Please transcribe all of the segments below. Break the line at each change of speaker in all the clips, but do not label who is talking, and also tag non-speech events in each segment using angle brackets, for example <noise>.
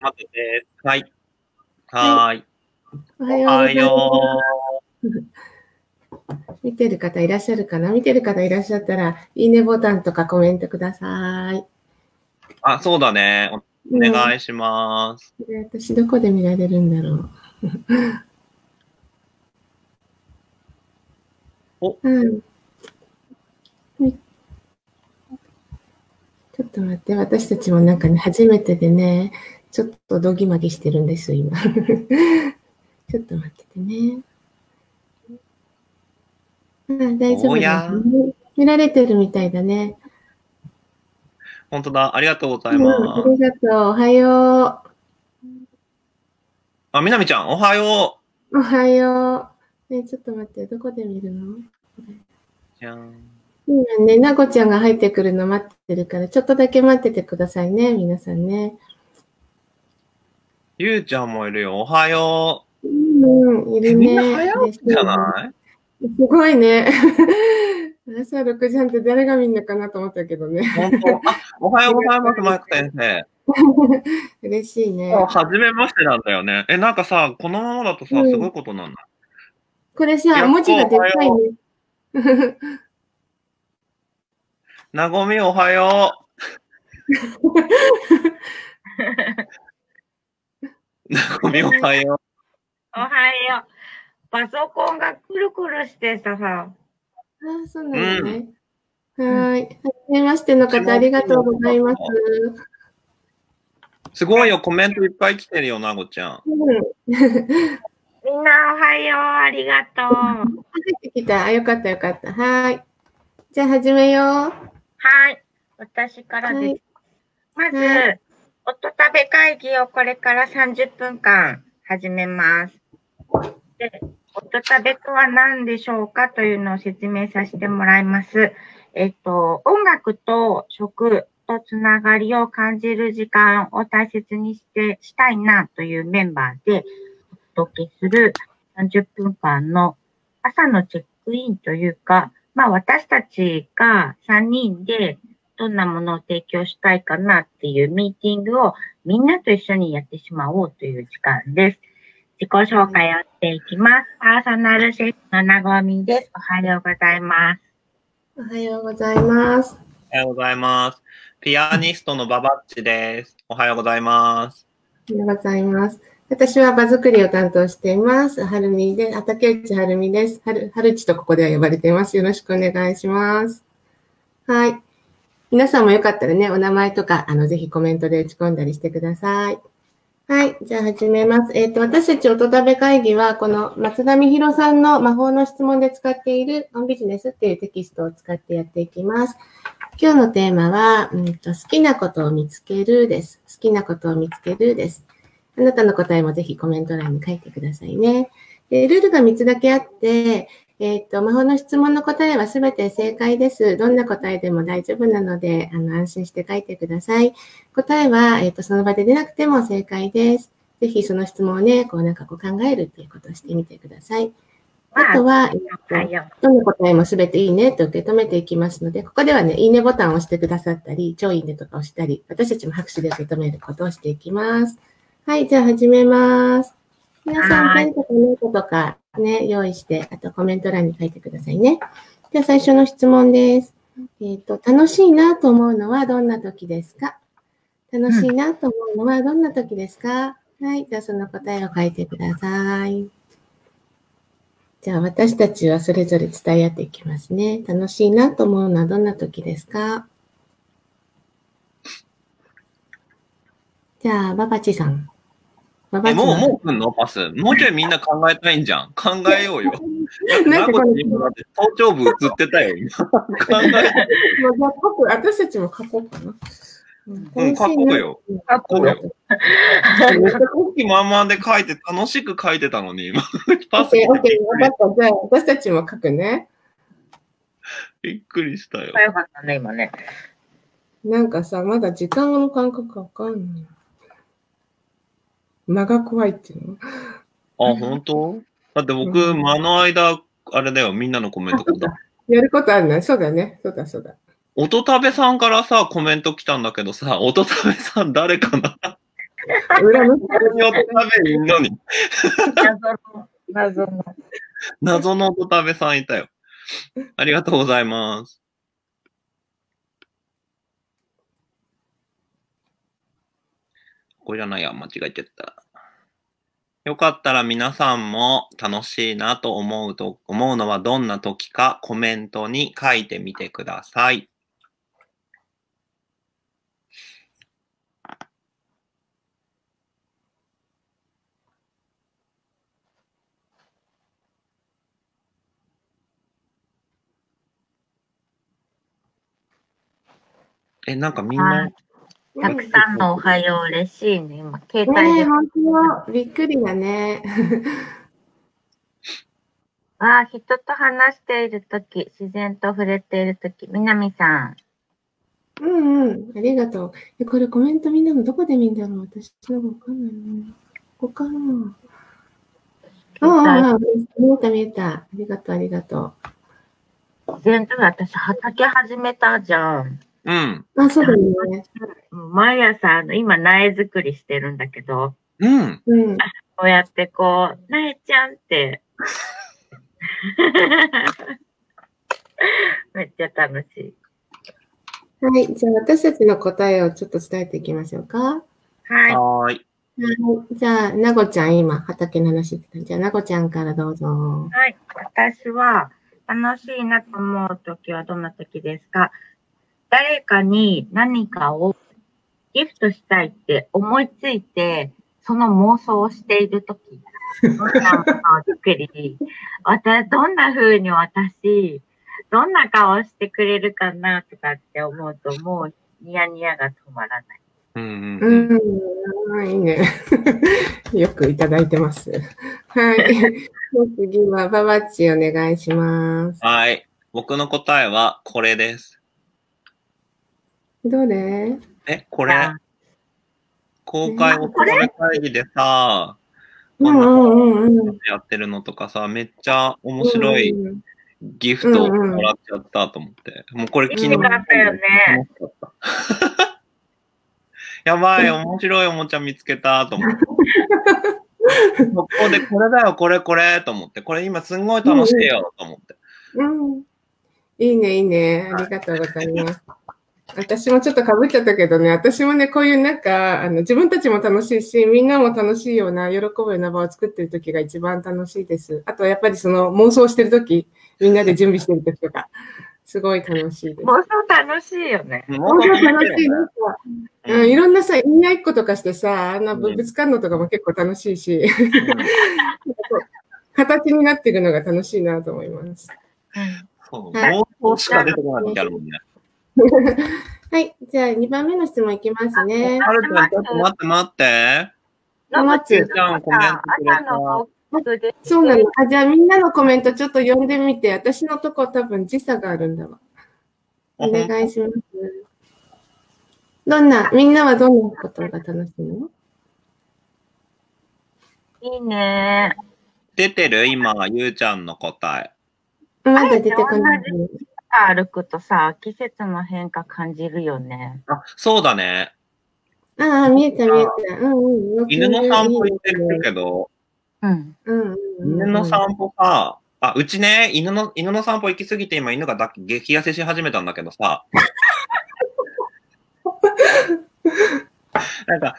食べて。はい。はーい。
お
おは
はようございま
よ
す。見てる方いらっしゃるかな見てる方いらっしゃったら、いいねボタンとかコメントください。
う。あ、そうだね。おお
ね
願いします。
これ私どこで見られるんだろう。
お
うん。みちょっと待って、私たちもなんかね、初めてでね、ちょっとどぎまぎしてるんです、今。 <laughs> ちょっと待っててね。うん、大丈夫
お
だ
や
ね。見られてるみたいだね。
本当だ。ありがとうござい
うん、
ま
あ
す。
りがとう。おはよ
あ、みなみちゃん、おはよ
う。おはよう。ね、ちょっと待って、どこで見るの
う。じゃん。
今ね、なこちゃんが入ってくるの待ってるから、ちょっとだけ待っててくださいね、皆さんね。
ゆうちゃんもいるよ。おはよ。
うん、いう
え、
る
みん
ね。
な早起きじゃない
すごいね。 <laughs> 朝6時半って誰が見んのかなと思ったけどね。
本当。あ、おはようございます、マイク先生。
嬉しいね。
もう初めましてなんだよね。え、なんかさ、このままだとさ、
うん
すごいことなんだ。
これ
や
さ、
っ
文字がでかいね。
なごみ、おは
<laughs>
よう。 <laughs> なごみ、おはよう。
おはよう。パソコンがくるくるしてた
あ
さ。
あ、そうなんだね。はーい。はじめましての方、ありがとうございます。
すごいよ、コメントいっぱい来てるよ、なごちゃん。
うん。入
みんなおはよう。ありがとう。
ってきた。あ、よかった、よかった。はーい。じゃあ、始めよう。
はい。私からです。まず、
はい
音食べ会議をこれから30分間始めます。で、音食べとは何でしょうかというのを説明させてもらいます。えっと、音楽と食とつながりを感じる時間を大切にして、したいなというメンバーでお届けする30分間の朝のチェックインというか、まあ私たちが3人でどんなものを提供したいかなっていうミーティングをみんなと一緒にやってしまおうという時間です。自己紹介をしていきます。パーソナルシェフのなごみです。おはようございます。
おはようございます。
おはようございます。ピアニストのババッチです。おはようございます。
おはようございます。私は場作りを担当しています。はるみで、竹内はるみです。はる、はるちとここでは呼ばれています。よろしくお願いします。はい。皆さんもよかったらね、お名前とか、あの、ぜひコメントで打ち込んだりしてください。はい。じゃあ始めます。えっ、と、私たち音食べ会議は、この松田美弘さんの魔法の質問で使っているオンビジネスっていうテキストを使ってやっていきます。今日のテーマは、うんと、好きなことを見つけるです。好きなことを見つけるです。あなたの答えもぜひコメント欄に書いてくださいね。でルールが3つだけあって、えっ、と、魔法の質問の答えは全て正解です。どんな答えでも大丈夫なので、あの、安心して書いてください。答えは、えっ、と、その場で出なくても正解です。ぜひその質問をね、こうなんかこう考えるっていうことをしてみてください。あとは、えっ
お
と
はよ
どの答えもすべていいねと受け止めていきますので、ここではね、いいねボタンを押してくださったり、超いいねとか押したり、私たちも拍手で受け止めることをしていきます。はい、じゃあ始めます。皆さん、
は
ペ
い
ンとかノートとかね、用意して、あとコメント欄に書いてくださいね。じゃあ最初の質問です。えっ、と、楽しいなと思うのはどんな時ですか楽しいなと思うのはどんな時ですか、はい、じゃあその答えを書いてください。じゃあ私たちはそれぞれ伝え合っていきますね。楽しいなと思うのはどんな時ですかじゃあ、ババチさん。バ
え、もう、
は
もう来んのパス。もうちょいみんな考えたいんじゃん。考えようよ。
<laughs> なんかこ
ナゴ
の
ちゃん今だって頭頂部映ってたよ。
<laughs>
今考えて
もうじゃあ書く私たちも書こうかな。
うん、書こうよ。
う。
う。
書こうよ。めっちゃ好き満々で書いて、楽しく書いてたのに、今。
オ
パ
ッ
ス来
ケー、オッケ
て
ー、分かった。じゃあ私たちも書くね。
びっくりしたよ。
よかったね、今ね。
なんかさ、まだ時間の感覚わかんない。間が怖いっていうの
あ、本当だって僕、
うん
間の間、あれだよ、みんなのコメントこだ。
やることあるな。そうだね。そうだ、そうだ。
音食べさんからさ、コメント来たんだけどさ、音食べさん誰かな
裏の
れにおとたべいんのに。
謎の、謎の。
謎のおとたべさんいたよ。ありがとうございます。これじゃないや、間違えちゃった。よかったら皆さんも楽しいなと思うと、思うのはどんな時かコメントに書いてみてください。え、なんかみん
は、
ない
たくさんのおはよう嬉しいね。今、携帯
ねえ、
で。
本当びっくりだね。
ああ、人と話しているとき、自然と触れているとき、みなみさん。
うんうん、ありがとう。え、これコメントみんなのどこで見んだろう私のがわかんないな。ここかな。ああ、見えた見えた。ありがとう、ありがと
全然私、畑始めたじゃん。
うん。
う。あ、そうだね。
毎朝、あの、今、苗作りしてるんだけど、
うん。
うん。
こうやってこう、苗ちゃんって。めっちゃ楽しい。
はい。じゃあ、私たちの答えをちょっと伝えていきましょうか。は
はい。
はーい。
い。じゃあ、なごちゃん、今、畑の話してた。じゃあ、なごちゃんからどうぞ。
はい。私は、楽しいなと思うときはどんなときですか誰かに何かをギフトしたいって思いついて、その妄想をしているとき。どんなものを作り、私、どんな風に私、どんな顔してくれるかなとかって思うと、もうニヤニヤが止まらない。
うん
う。ん、うんいいね。 <laughs> よくいただいてます。はい。じゃあ次は、ばばっちお願いします。
はい。僕の答えはこれです。
どれ
え、これ
あ、
公開お疲れ会議でさ、
う
こ
ん
ん
う
なん
うんうん。
やってるのとかさ、めっちゃ面白い
うん
ギフトをもらっちゃったと思って。もうこれ昨日。
意味があったよね
楽しかった。やばい、面白いおもちゃ見つけたと思って。ここでこれだよ、これこれと思って。これ今すんごい楽しいよと思って。
うん。うんいいね、いいね。ありがとうございます。私もちょっとかぶっちゃったけどね、私もね、こういうなんか、あの自分たちも楽しいし、みんなも楽しいような、喜ぶような場を作ってる時が一番楽しいです。あとはやっぱりその妄想してる時、みんなで準備してる時とか、すごい楽しいです。
妄想楽しいよね。
妄想楽しい。なんか
う
うん、い
ん
ろんなさ、みんな一個とかしてさ、あんなぶ
うん
ぶつかんのとかも結構楽しいし、形になっていくのが楽しいなと思います。
そう、妄想しか出てこない時あるもんね。
はい。じゃあ、2番目の質問いきますね。
はるちゃん、ちょっと待って待って。
のぶち
ちゃんコメントくれた
朝の報告で。
そうなの。あ、じゃあ、みんなのコメントちょっと読んでみて。私のとこ多分時差があるんだわ。お願いします。どんな、みんなはどんなことが楽しいの
いいね。
出てる今、ゆうちゃんの答え。
まだ出てこない。
歩くとさ、季節の変化感じるよね。
あ、そうだね。
ああ、見えた見えた。うんうん。
犬の散歩行ってるけど、
うん。
うんうんうん。
犬の散歩さ、あ、うちね、犬の、犬の散歩行き過ぎて今犬がだ激痩せし始めたんだけどさ。なんか、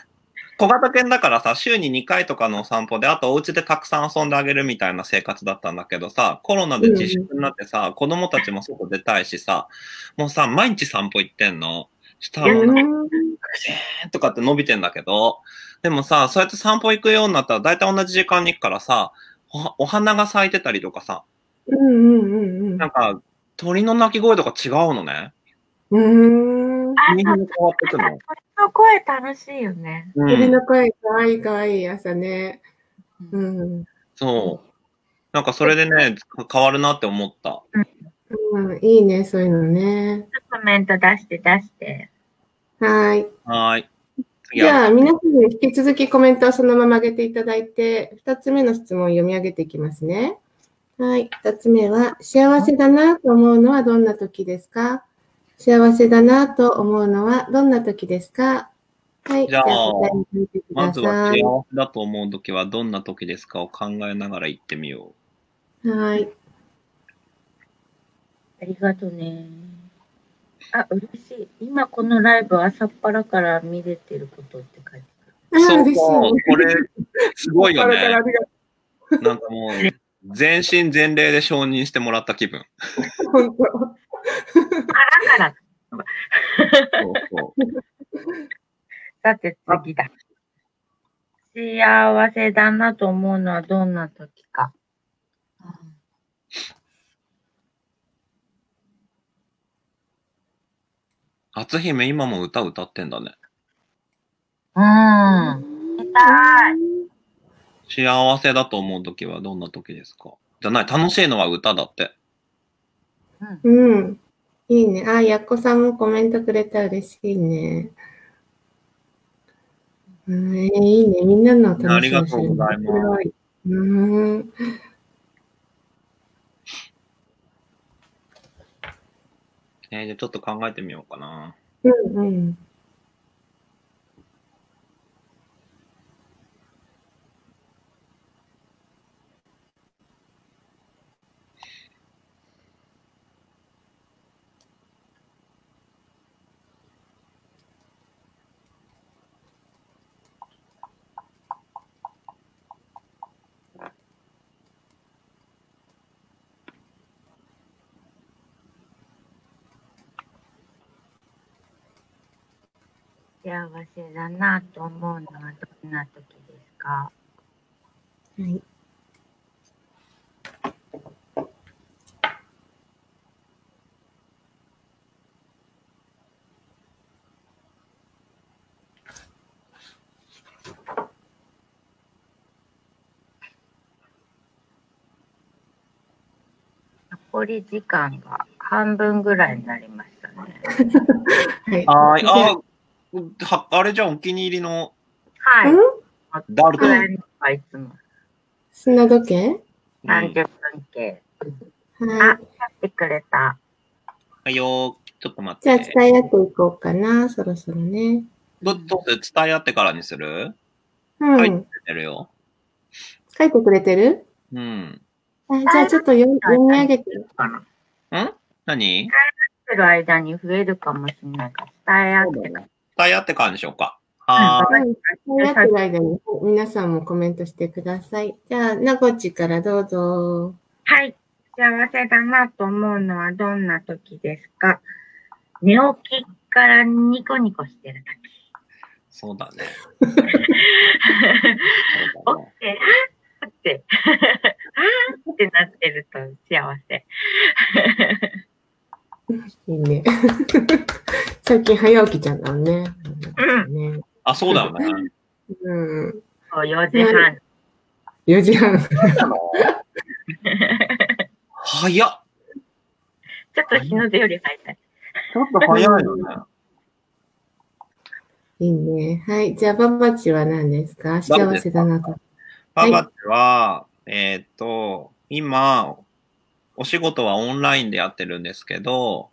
小型犬だからさ、週に2回とかのお散歩で、あとお家でたくさん遊んであげるみたいな生活だったんだけどさ、コロナで自粛になってさ、子供たちも外出たいしさ、もうさ、毎日散歩行ってんの。したらもうなんか
うん
とかって伸びてんだけど、でもさ、そうやって散歩行くようになったら大体同じ時間に行くからさ、おお花が咲いてたりとかさ、
うんうんうん
なんか鳥の鳴き声とか違うのね。
うん。うーん。
あ、
日
そ
本
う
も変わってくの。
の声楽しいよね。
う
鳥
ん、
の声、かわいいかわいい朝ね。う
うん
ん。
そう。なんかそれでね、か変わるなって思った。
うん、いいね、そういうのね。
コメント出して出して。
はい。
はーい。次
じ
は
ゃあ、皆さんに引き続きコメントをそのまま上げていただいて、二つ目の質問を読み上げていきますね。はい。二つ目は、幸せだなと思うのはどんな時ですか幸せだなと思うのはどんな時ですかはい。
じゃあ
答えに書いてく
ま
だ
ずは
さい。
幸せだと思う時はどんな時ですかを考えながら言ってみよ
はい。
ありがとうね。あ、嬉しい。今このライブ朝っぱらから見れてることって書いて
あ
う。
ー
そう、
嬉しい。
これ、すごいよ
心からあ
ね。
りがと
なんかもう、全身全霊で承認してもらった気分。
う本当
ある。だから、
そうそ
さて次だ。幸せだなと思うのはどんな時か。
う初姫、今も歌歌ってんだね。
うん。痛い。
幸せだと思う時はどんな時ですかじゃない、楽しいのは歌だって。
うん。いいね。あー、やっこさんもコメントくれたら嬉しいね。うん、えーいいね。みんなの楽しみ
ありがとうございます
す。うん。
えーじゃあちょっと考えてみようかな。
うんうん。
幸せだなと思うのはどんな時です
は
か。
い。
残り時間が半分ぐらいになりましたね。
は
は
い。
い。あー、はあれじゃん、お気に入りの
はい。
うん
ダルト
こ。れはいつも
砂時計
うん
30分計。
はい。
やってくれた。
はいよー、ちょっと待っ
じゃあ、
て。
伝え合っていこうかな、そろそろね。
どどうする伝え合ってからにする
うん。
はいやるよ。
書いてくれてる
うん。
あじゃあ、ちょっと読み読み上げて。
かな。
何
する間に増えるかもしれないから伝え合ってから。
伝え合ってからにしようか。は
はい。そうなってる間に皆さんもコメントしてください。じゃあ、なごちからどうぞ。
はい。幸せだなと思うのはどんな時ですか寝起きからニコニコしてる時。
ーい。そうだね。
起きて、あーって、あーってなってると幸せ。
いいね。 <laughs> 最近早起きちゃんだもんね。ね
あ、そうだよね。
うん。
そう4時半。
4時半。
早っ。
ちょっと日の出より早い。
ちょっと早いよね。
いいね。はい。じゃあ、ばばちは何ですか幸せだなと。
パパチは、えーっと、今、お仕事はオンラインでやってるんですけど、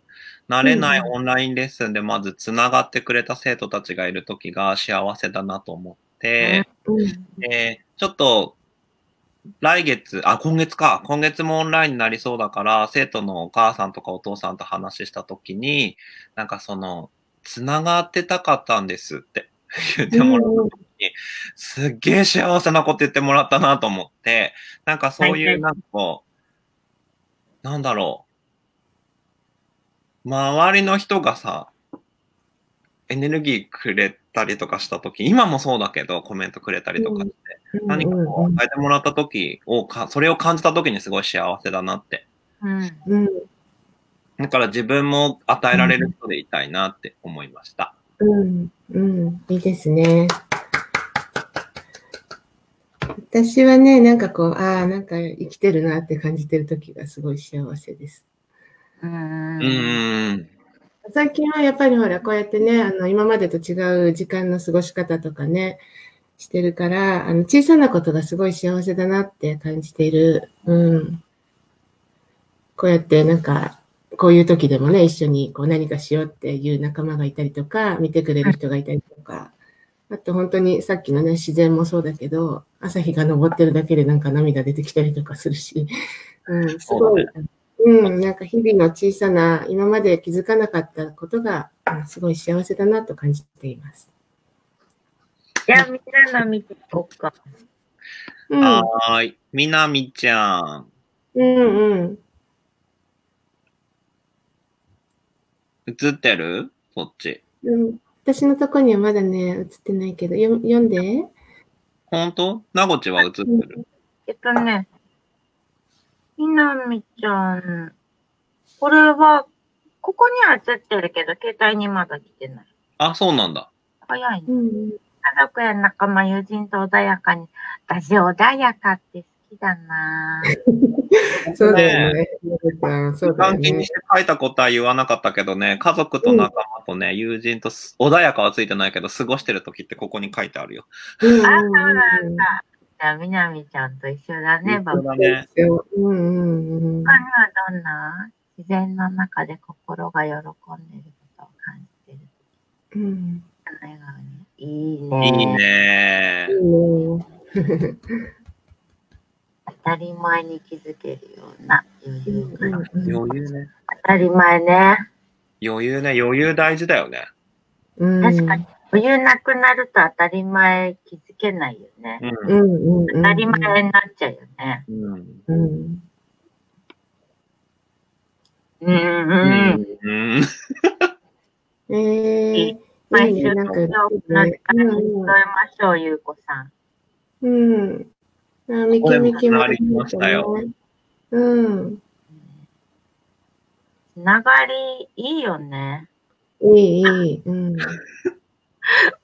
慣れないオンラインレッスンでまずつながってくれた生徒たちがいるときが幸せだなと思って、
うん。
で、ちょっと、来月、あ、今月か。今月もオンラインになりそうだから、生徒のお母さんとかお父さんと話したときに、なんかその、つながってたかったんですって <laughs> 言ってもらった時に、すっげえ幸せなこと言ってもらったなと思って、なんかそう
はい
い、
はいう
なんかこう、なんだろう。周りの人がさ、エネルギーくれたりとかしたとき、今もそうだけど、コメントくれたりとかして、何かこう、与えてもらった時をか、それを感じた時にすごい幸せだなって。
う
う
ん。
ん。うん。
だから自分も与えられる人でいたいなって思いました。
うん、うん、いいですね。私はね、なんかこう、ああ、なんか生きてるなって感じてる時がすごい幸せです。
う。
うんーん。
最近はやっぱりほら、こうやってね、あの、今までと違う時間の過ごし方とかね、してるから、あの、小さなことがすごい幸せだなって感じている。うん。こうやってなんか、こういう時でもね、一緒にこう何かしようっていう仲間がいたりとか、見てくれる人がいたりとか、あと本当にさっきのね、自然もそうだけど、朝日が昇ってるだけでなんか涙出てきたりとかするし、うん、すごい、
そう
うん、なんか日々の小さな、今まで気づかなかったことが、うんすごい幸せだなと感じています。
じゃあみんなの見ていこうか。
うん、
はーい。みなみちゃん。
うん、うん。
映ってるそっち。
うん、私のとこにはまだね、映ってないけど、よ読んで。
ほんとなごちは映ってる。
えっとね、みなみちゃん、これは、ここには映ってるけど、携帯にまだ来てない。
あ、そうなんだ。
早いね。
うん、
家族や仲間、友人と穏やかに。私、穏やかって好きだなぁ。
そうだよね。そうだよ
関係に
ね
し。て書いたことは言わなかったけどね、家族と仲間とね、友人とす穏やかはついてないけど、過ごしてる時ってここに書いてあるよ。
うんうん
あ、そうなんだ。じゃあ、みなみちゃんと一緒だね、バ
本
ブ。
当
他
だ
には
ね。
うんうんうん。
どんな自然の中で心が喜んでることを感じてる。
うん
笑顔にいい
い
ね。
いね
い。いね
当たり前に気づけるような余裕感。
う
余裕ね。
当たり前ね。
余裕ね。余裕大事だよね。
ん
確かに。余裕なくなると当たり前気づけないよね。
う
うんうんうん。
当たり前になっちゃうよね。
ん。うん。
うん。
う
う
んうんうん。
ん。うん
えー
い
い
い毎
い
週
ねな
の
んか
時間をこの時間に揃えましょう、ゆうこさん。
うん。あ、みきみき
これも回りましたよ。
うん。
つながりいいよね。
いい、いい。うん。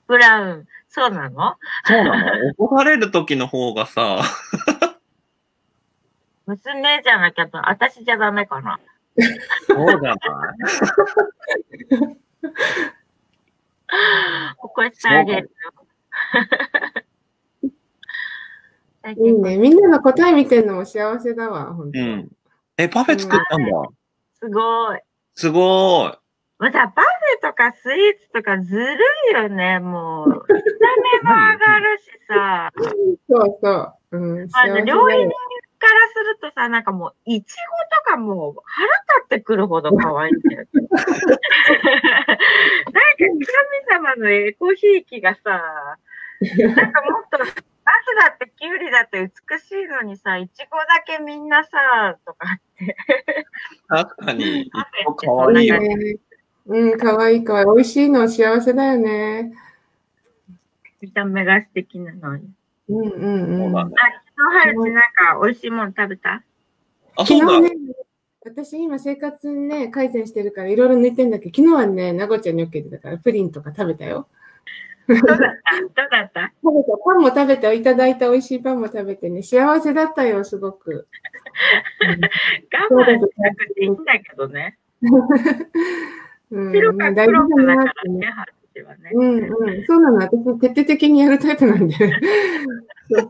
ブラウン、そうなの
そうなの怒られる時の方がさ、
<laughs> 娘じゃなきゃ、私じゃダメかな。
そうじゃない
怒らせてあげるよ。最
いい
近、
ね。みんなの答え見てるのも幸せだわ、ほんと。
うん。え、パフェ作ったんだ。
すごい。
すごーい。
またパフェとかスイーツとかずるいよね、もう。見た目も上がるしさ。
そうそう。うん。
あ
幸
の
せだ
料理人
よ
からするとさ、なんかもう、いちごとかもう腹立ってくるほど可愛いんだ
<laughs>
よ。なんか神様のエコひいきがさ、なんかもっと、ナスだってキュウリだって美しいのにさ、いちごだけみんなさ、とか、
確かに。
パフェって
かわいいよ。
ね。うん、かわいいかわいい。美味しいの幸せだよね。
見た目が素敵なのに。
うんうん。
そううんだね。
あ、昨日春日なんか美味しいもの食べた
あ、
昨
そうだ。
日ね、私今生活ね、改善してるからいろいろ抜いてんだけど、昨日はね、なごちゃんに OK だからプリンとか食べたよ。
どうだったどうだった
食べた、パンも食べた、いただいた美味しいパンも食べてね、幸せだったよ、すご
<laughs>
く。
我慢しなくていいんだけどね。
うん、
白
まあ
か
大事
黒
だ
かだ
な
か
って
ら
ね
ね、。春日はね。
うんうん、そうなの、私徹底的にやるタイプなんで。そう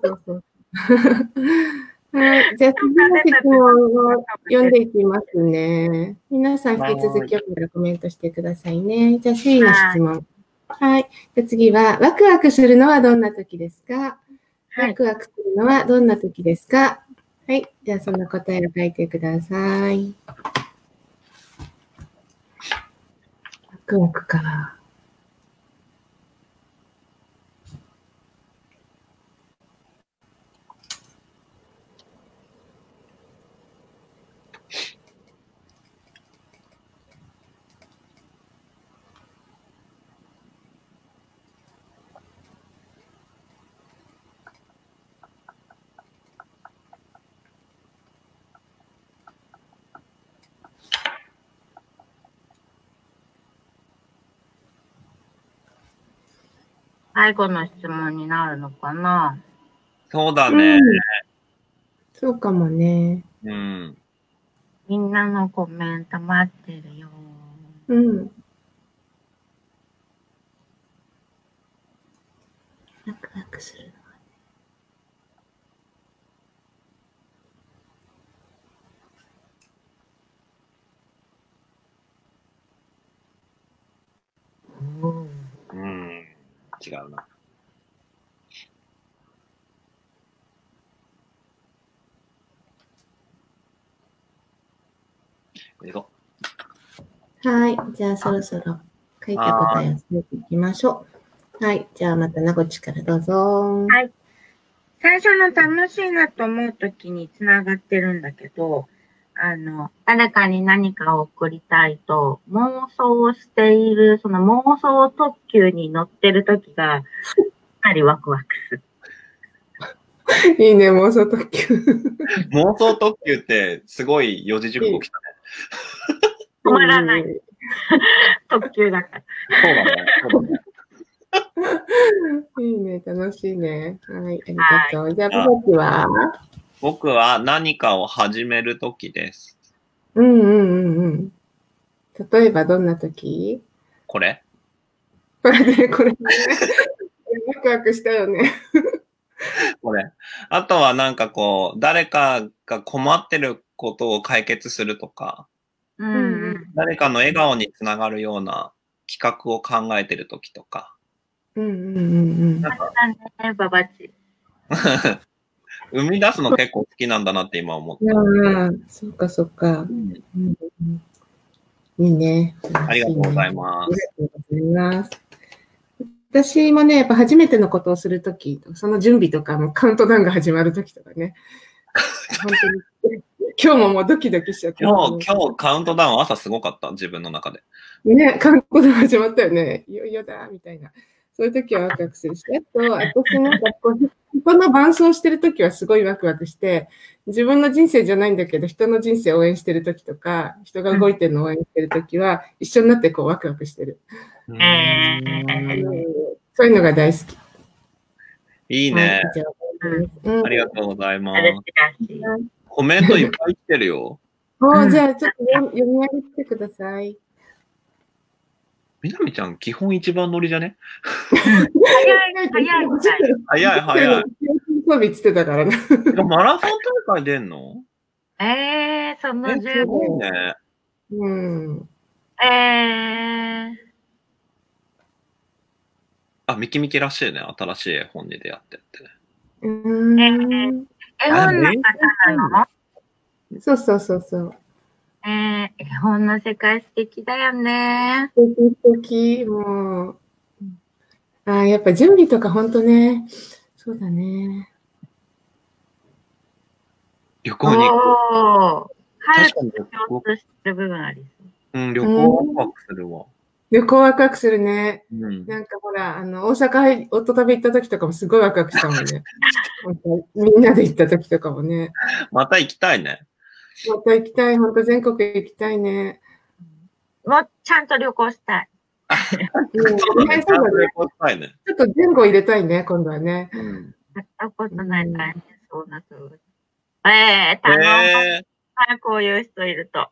そうそう。はい、じゃあ次の質問を読んでいきますね。皆さん引き続きよくコメントしてくださいね。じゃあ、周囲の質問。はい。じゃあ次は、ワクワクするのはどんな時ですか、
は
ワ
い。
クワクするのはどんな時ですかはい。じゃあ、その答えを書いてください。ワクワクか。
最後の質問になるのかな
そうだね。
そうかもね。
うん。
みんなのコメント待ってるよ。
うん。ワクワクする。
うん。違うな。行こ
はい。じゃあ、そろそろ書いた答えを詰めていきましょう。はい。じゃあ、また、なごちからどうぞ。
はい最初の楽しいなと思うときにつながってるんだけど、あの、誰かに何かを送りたいと、妄想をしている、その妄想特急に乗ってるときが、かなりワクワク <laughs> する。
いいね、妄想特急。
う。妄想特急って、すごい四字熟語来た
止まらない。特急だから。
ね。そうだね。そうだね
いいね、楽しいね。はい、ありがとう。じゃあ、パパキは
僕は何かを始めるときです。
うんうんうんうん。例えば、どんな時
これ
これね、これね。 <laughs> ワクワクしたよね。
これ。あとはなんかこう、誰かが困ってることを解決するとか、
うんうん。
誰かの笑顔につながるような企画を考えてるときとか、
うんうんうん
なんか
だね、ババチ。
生み出すの結構好きなんだなって今思っ
うん。いやーそっかそっか
た。。
うんうんいいね。
ありがとうござ
す。
いま
あり
す。
がとうございます。私もね、やっぱ初めてのことをするとき、その準備とかもカウントダウンが始まるときとか
<laughs>
ね。本当に。今日ももうドキドキしちゃって。
今日、今日カウントダウン朝すごかった、自分の中で。
ね、韓国で始まったよね。いよいよだ、みたいな。そういう時はワクワクするし、あと、私なんかこう、人の伴奏してる時はすごいワクワクして、自分の人生じゃないんだけど、人の人生を応援してる時とか、人が動いてるのを応援してる時は、一緒になってこうワクワクしてる。
えー
そういうのが大好き。
いいね。
はい。以上うん
ありがとうございま
あれ
す
違。うし。
コメントいっぱい来てるよ。
もうじゃあ、ちょっと読み読み上げてください。
みなみちゃん、基本一番乗りじゃね
早い、早い、早い。
早い早い。
早い。つってたからね。
マラソン大会出んの
えー、その
え、す
十分。
ごいね。
うん。
えー、
あ、ミキミキらしいね。新しい絵本に出会ってってね。
うーん。
絵本の方なの
そうそうそうそう。
えー、絵本の世界素敵だよね。
素敵素敵、もう。あーやっぱ準備とか本当ね、そうだね。
旅
お
行に行く。
おー。早
確
く
かに旅行、
共通してる部分ありそう。
うん、旅行ワクワクするわ。
旅行ワクワクするね。
うん。
なんかほら、あの、大阪、おとたび行った時とかもすごいワクワクしたもん <laughs> ね。みんなで行った時とかもね。
また行きたいね。
また行きたい、本当全国行きたいね。
もうちゃんと旅行したい。
うん
そうだね。ちゃんと旅行したいね。
ちょっと前後入れたいね、今度はね。
うん。
やったことない大変そうなそうえー、頼む、
えー、
こういう人いると。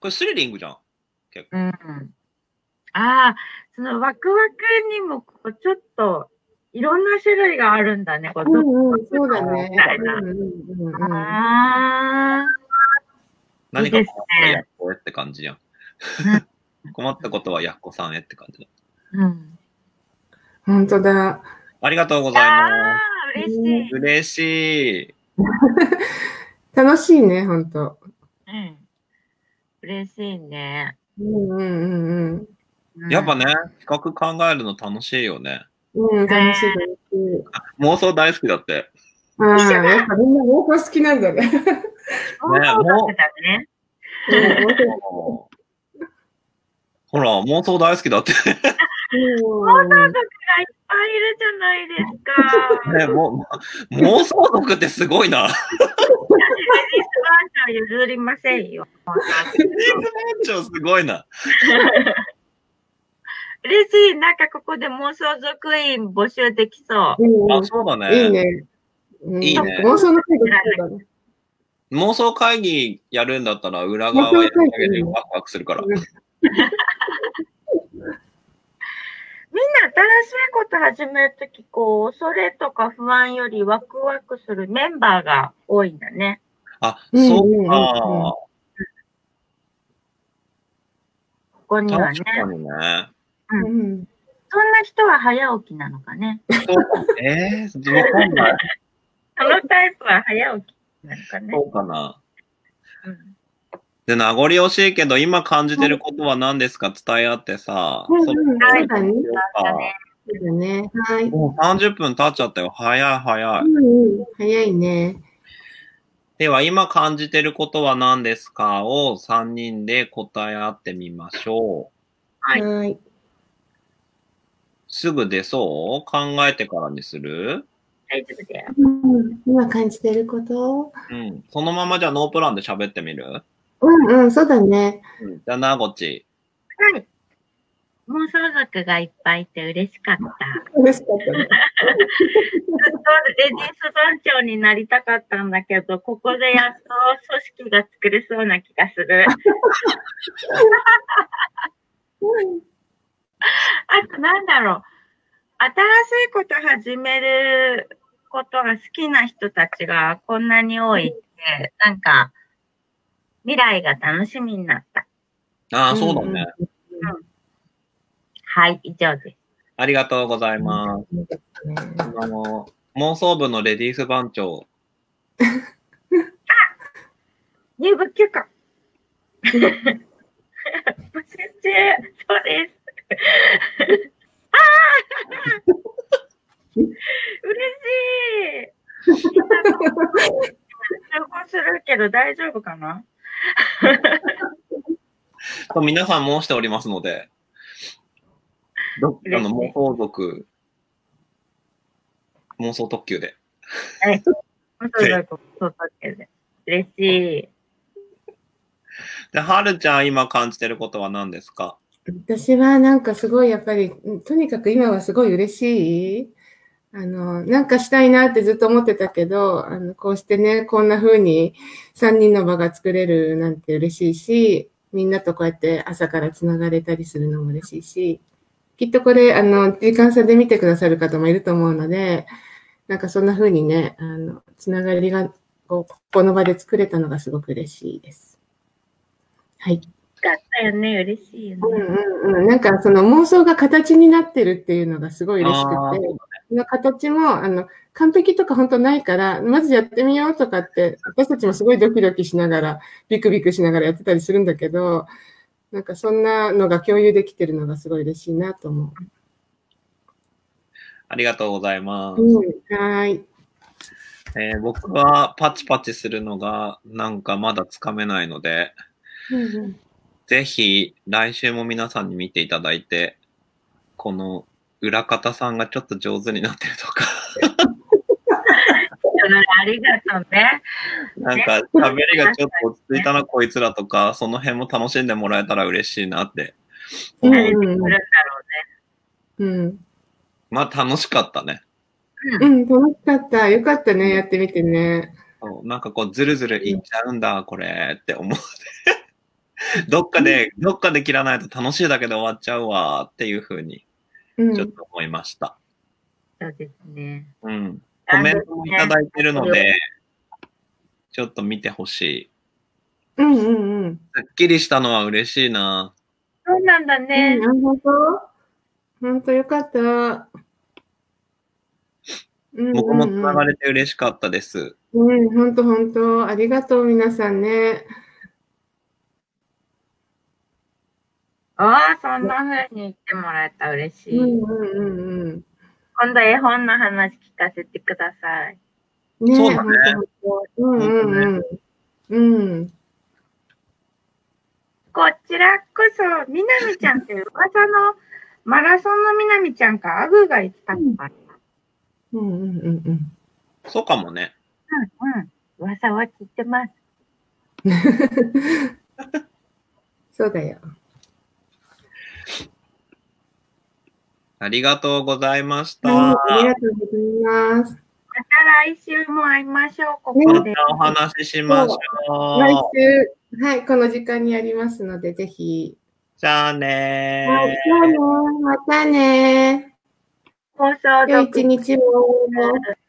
これスリリングじゃん。
うん。ああ、そのワクワクにも、こうちょっと、いろんな種類があるんだね。こう
う
ど
んうん、そうだね。うんうんうんうん
あい
何
い
か
ですね
困ったらやっこへって感じやん。困ったことはやっこさんへって感じだ。
あ、うん。
本当だ。
ありがとうござい
あ
ま
あ、嬉しい
す。。嬉しい。
楽しいね、本当。
うん。嬉しいね。
うんうんうんうん。
うん
やっぱね、企画考えるの楽しいよね。
うん、楽しい楽しい。
妄想大好きだって。
ああ、やっぱみんな妄想好きなんだね。
妄想だったね。
ほら、妄想大好きだって。
うん
いっぱいいるじゃないです
ね、
か。
もう妄想族ってすごいな。
レディースバージョン譲りませんよ。
リーズマンションすごいな。
嬉しい。なんかここで妄想族員募集できそう。
あ、そうだ
いい
ね。
ね。うん
いいね
妄想の会議そうだね。
妄想会議やるんだったら裏側やってあげるよ。ワクワクするから。
みんな新しいこと始めるとき、こう、恐れとか不安よりワクワクするメンバーが多いんだね。
あ、
うん
そう
ここに
か。
はね
確。かにね。
うん
そんな人は早起きなのかね。
そうえー、わかんない。
そのタイプは早起きなのかね。
そうかな。
うん
で、名残惜しいけど、今感じてることは何ですか伝え合ってさ。
うんうん
そ
そうだね。
うか
そうだね。はい。
もう30分経っちゃったよ。早い早い。
うんうん。早いね。
では、今感じてることは何ですかを3人で答え合ってみましょう。
はい
はい。
すぐ出そう考えてからにする
大丈夫だよ。
うん今感じてること
うん。そのままじゃあノープランで喋ってみる
うんうん、そうだね。
うん。じゃあ、なごち。
はい。妄想族がいっぱいいて嬉しかった。
嬉しかったね。
ずっとレディース番長になりたかったんだけど、ここでやっと組織が作れそうな気がする。あとなんだろう。新しいこと始めることが好きな人たちがこんなに多いって、なんか、未来が楽しみになった。
ああ、そうだね。
はい、以上です。
ありがとうございます。あの、妄想部のレディース番長。
入部休暇。募集中、そうです。ああ嬉しい <laughs> 集合するけど大丈夫かな
皆さん申しておりますので、どっかの妄想族、妄想特急で。
はい。そうだとそうだけど嬉しい。
で、はるちゃん、今感じてることは何ですか
私はなんかすごいやっぱり、うんとにかく今はすごい嬉しい。あの、なんかしたいなってずっと思ってたけど、あの、こうしてね、こんな風に3人の場が作れるなんて嬉しいし、みんなとこうやって朝からつながれたりするのも嬉しいし、きっとこれ、あの、時間差で見てくださる方もいると思うので、なんかそんな風にね、あの、つながりが、こう、この場で作れたのがすごく嬉しいです。はい。
よかったよね、嬉しいよ
う
ね。
んうんうん、なんかその妄想が形になってるっていうのがすごい嬉しく
あー
て、その形もあの完璧とか本当ないから、まずやってみようとかって、私たちもすごいドキドキしながら、ビクビクしながらやってたりするんだけど、なんかそんなのが共有できてるのがすごい嬉しいなと思
ありがとうございま
う。
す。
うん、はい。
えー僕はパチパチするのがなんかまだつかめないので、
うん
ぜひ来週も皆さんに見ていただいて、この裏方さんがちょっと上手になってるとか、
ありがとうね。
なんか喋りがちょっと落ち着いたなこいつらとか、その辺も楽しんでもらえたら嬉しいなって。
うん
はい
うん
来るんだろ
うん
まあ楽しかったね。
う
う
ね。
ん、楽しかった。よかったね。やってみてね。
そうなんかこう、ずるずるいっちゃうんだ、これって思って。どっかで、どっかで切らないと楽しいだけで終わっちゃうわっていうふうに、
うん
ちょっと思いました。
そうですね。
うん。コメントもいただいてるので、ちょっと見てほしい。
うんうんうん。
すっきりしたのは嬉しいな。
そうなんだね。
うん、あ本当本当よかった。うん
僕も繋が
れ。
れて嬉しかったです。
うん、本当本当ありがとう、皆さんね。
ああ、そんな風に言ってもらえたら嬉し
う
い。
んうんうん
今度絵本の話聞かせてください。
うん。ね
そうだね
本当本当うんうんうん。うん。
こちらこそ、みなみちゃんって噂のマラソンのみなみちゃんか、アグーが言ってたのかな。
うんうんうんうん。
そうかもね。
うん、うん。噂は聞いてます。
そうだよ。
ありがとうございました。
はい
ま
ありがとうございます。
また来週も会いましょう、ここで。
たお話ししまし
来
ょう。
週、はい、この時間にやりますので、ぜひ。
じゃあねー。
はい、じゃあね、またね。
放送
良い
独
一日を。
占